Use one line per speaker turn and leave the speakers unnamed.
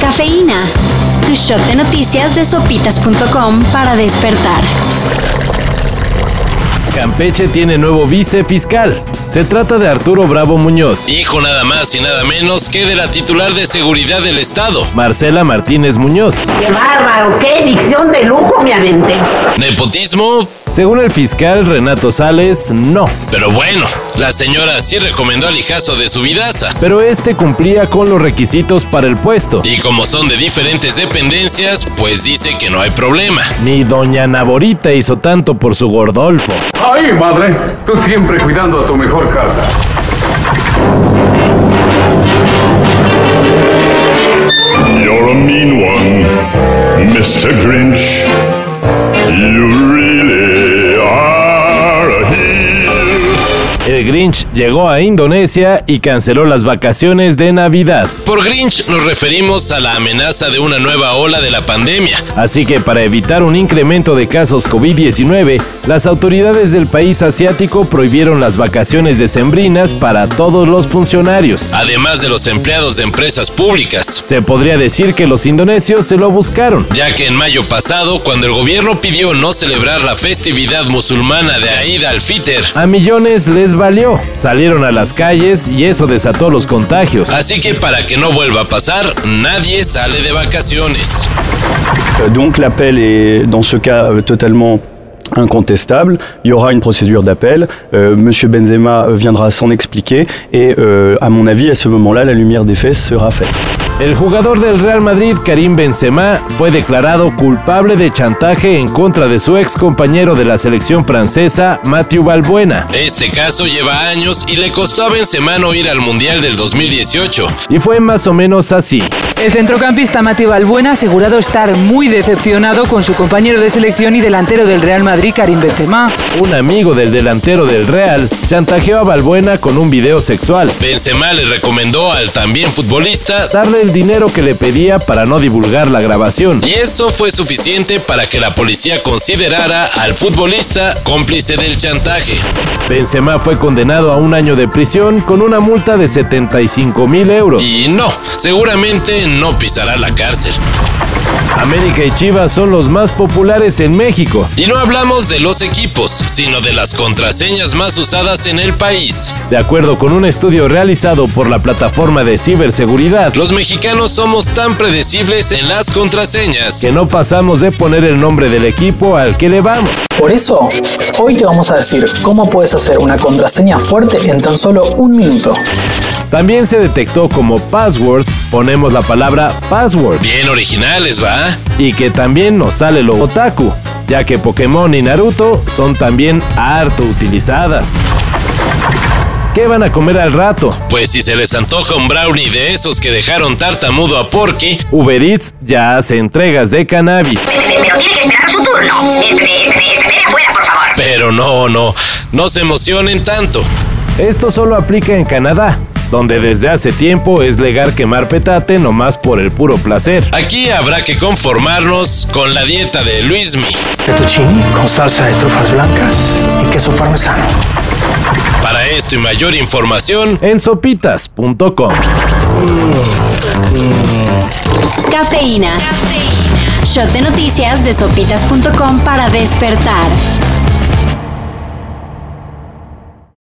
Cafeína. Tu shot de noticias de sopitas.com para despertar.
Campeche tiene nuevo vice fiscal. Se trata de Arturo Bravo Muñoz,
Hijo nada más y nada menos que de la titular de seguridad del Estado.
Marcela Martínez Muñoz.
¡Qué bárbaro! ¡Qué edición de lujo me aventé!
¿Nepotismo?
Según el fiscal Renato Sales, no,
Pero bueno, la señora sí recomendó al hijazo de su vidaza.
pero este cumplía con los requisitos para el puesto.
Y como son de diferentes dependencias, pues dice que no hay problema.
Ni doña Naborita hizo tanto por su Gordolfo.
Ay, madre, tú siempre cuidando a tu mejor carta.
You're a mean one, Mr. Grinch. You really are a heel.
El Grinch llegó a Indonesia y canceló las vacaciones de Navidad.
Por Grinch nos referimos a la amenaza de una nueva ola de la pandemia.
Así que para evitar un incremento de casos COVID-19, las autoridades del país asiático prohibieron las vacaciones decembrinas para todos los funcionarios.
Además de los empleados de empresas públicas.
Se podría decir que los indonesios se lo buscaron.
Ya que en mayo pasado, cuando el gobierno pidió no celebrar la festividad musulmana de Eid al-Fitr,
A millones les valió. Salieron a las calles y eso desató los contagios.
Así que para que no vuelva a pasar, nadie sale de vacaciones.
Euh, Donc l'appel est dans ce cas euh, totalement incontestable. Il y aura une procédure d'appel. Euh, Monsieur Benzema euh, viendra s'en expliquer et euh, à mon avis à ce moment-là la lumière des faits sera faite.
El jugador del Real Madrid, Karim Benzema, fue declarado culpable de chantaje en contra de su ex compañero de la selección francesa, Mathieu Balbuena,
Este caso lleva años y le costó a Benzema no ir al Mundial del 2018.
y fue más o menos así.
El centrocampista Mati Balbuena ha asegurado estar muy decepcionado con su compañero de selección y delantero del Real Madrid, Karim Benzema.
Un amigo del delantero del Real chantajeó a Balbuena con un video sexual,
Benzema le recomendó al también futbolista
darle el dinero que le pedía para no divulgar la grabación.
y eso fue suficiente para que la policía considerara al futbolista cómplice del chantaje.
Benzema fue condenado a un año de prisión con una multa de 75 mil euros.
Y no, seguramente no pisará la cárcel.
América y Chivas son los más populares en México.
Y no hablamos de los equipos, sino de las contraseñas más usadas en el país.
De acuerdo con un estudio realizado por la plataforma de ciberseguridad,
Los mexicanos somos tan predecibles en las contraseñas.
que no pasamos de poner el nombre del equipo al que le vamos.
Por eso, hoy te vamos a decir cómo puedes hacer una contraseña fuerte en tan solo un minuto.
También se detectó como password, ponemos la palabra password,
Bien originales, ¿va?
y que también nos sale lo otaku, ya que Pokémon y Naruto son también harto utilizadas. ¿Qué van a comer al rato?
Pues si se les antoja un brownie de esos que dejaron tartamudo a Porky,
Uber Eats ya hace entregas de cannabis.
Pero tiene que esperar su turno. Entre, entre, espere afuera, por favor.
pero no, no, no se emocionen tanto.
Esto solo aplica en Canadá, donde desde hace tiempo es legal quemar petate nomás por el puro placer.
Aquí habrá que conformarnos con la dieta de Luismi.
Fettuccini con salsa de trufas blancas y queso parmesano.
Para esto y mayor información,
En sopitas.com.
Cafeína. Shot de noticias de sopitas.com para despertar.